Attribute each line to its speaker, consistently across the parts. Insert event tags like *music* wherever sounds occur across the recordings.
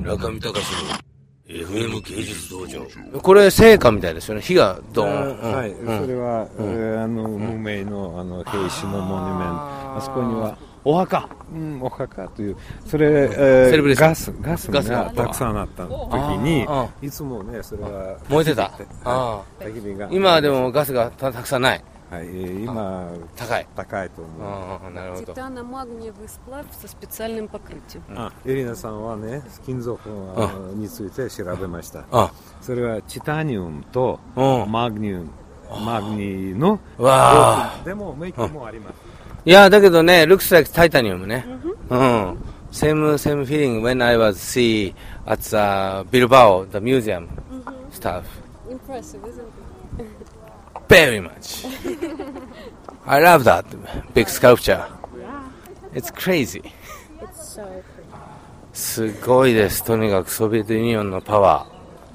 Speaker 1: 中見隆の FM 芸術道場。
Speaker 2: これ、成果みたいですよね。火がドーン。うん
Speaker 3: はい、それは、えーあの無名のあの兵士のモニュメントあそこにはお墓、うん、お墓というそれ、えー
Speaker 2: セレブレーション
Speaker 3: ガスガス
Speaker 2: ガスがあ
Speaker 3: が
Speaker 2: った
Speaker 3: たくさんあった時に
Speaker 2: あ
Speaker 3: いつもねそれは
Speaker 2: 燃えてた
Speaker 3: 焚き火
Speaker 2: あ
Speaker 3: はい焚き火が
Speaker 2: 今はで、もガスがたたくさんない。
Speaker 3: はい、えー今
Speaker 2: 高い。
Speaker 3: 高いと思う
Speaker 2: ああ、なるほど。
Speaker 4: Титано-магниевый сплав со специальным покрытием.
Speaker 3: あエリナさんはね金属
Speaker 2: あ
Speaker 3: あのについて調べました
Speaker 2: あ、
Speaker 3: それはチタニウムと
Speaker 2: うん
Speaker 3: マグニウムマグニの
Speaker 2: わあ。
Speaker 3: でもメイクもあります
Speaker 2: いや、だけどね、looks like titanium ね。うん。same, same feeling when I was see at the Bilbao, the museum stuff.
Speaker 4: Impressive, isn't it?
Speaker 2: Very much. I love that big sculpture. It's crazy.
Speaker 4: It's so pretty.
Speaker 2: すごいです。とにかくソビエトユニオンのパワ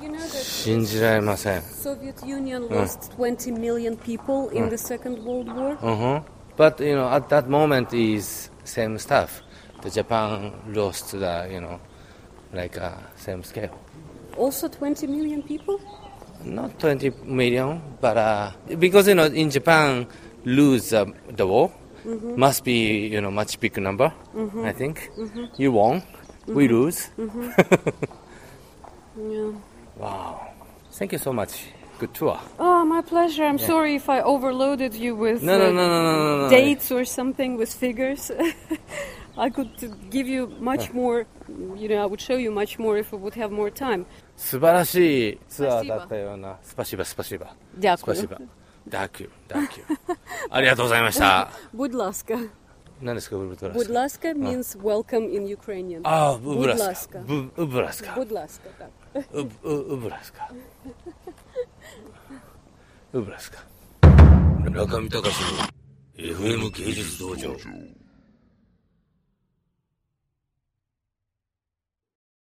Speaker 4: You know
Speaker 2: ー。
Speaker 4: that
Speaker 2: 信じられません。
Speaker 4: Soviet Union lost 20 million people in the Second World War.
Speaker 2: Uh-huh. But you know, at that moment is same stuff. The Japan lost the you know, like uh, same scale.
Speaker 4: Also 20 million people?
Speaker 2: Not 20 million, but uh, because you know in Japan lose uh, the war, must be you know much big number. I think you won, we lose.
Speaker 4: Yeah.
Speaker 2: *laughs* Wow. Thank you so much. Good tour.
Speaker 4: Oh, my pleasure. I'm sorry if I overloaded you with
Speaker 2: No, no,
Speaker 4: uh,
Speaker 2: no, no, no, no, no.
Speaker 4: dates or something with figures. *laughs* I could uh, give you much more, you know, I would show you much more if we would have more time.
Speaker 2: 素晴らしいツアーだったような。スパシバ、スパシバ。
Speaker 4: Дякую.
Speaker 2: スパシバ。ダーキュー、ダー *laughs* キュー。ありがとうございました。
Speaker 4: Будь-ласка.
Speaker 2: 何ですか、ウルトラス
Speaker 4: Будь-ласка means welcome in Ukrainian.
Speaker 2: ああ、ウブラスカ
Speaker 4: Будь-ласка.。
Speaker 2: ブウブラスカ。
Speaker 4: Будь-ласка, так.
Speaker 2: ウブウブラスカ。ウブラスカ。
Speaker 1: 中見隆の FM 芸術道場。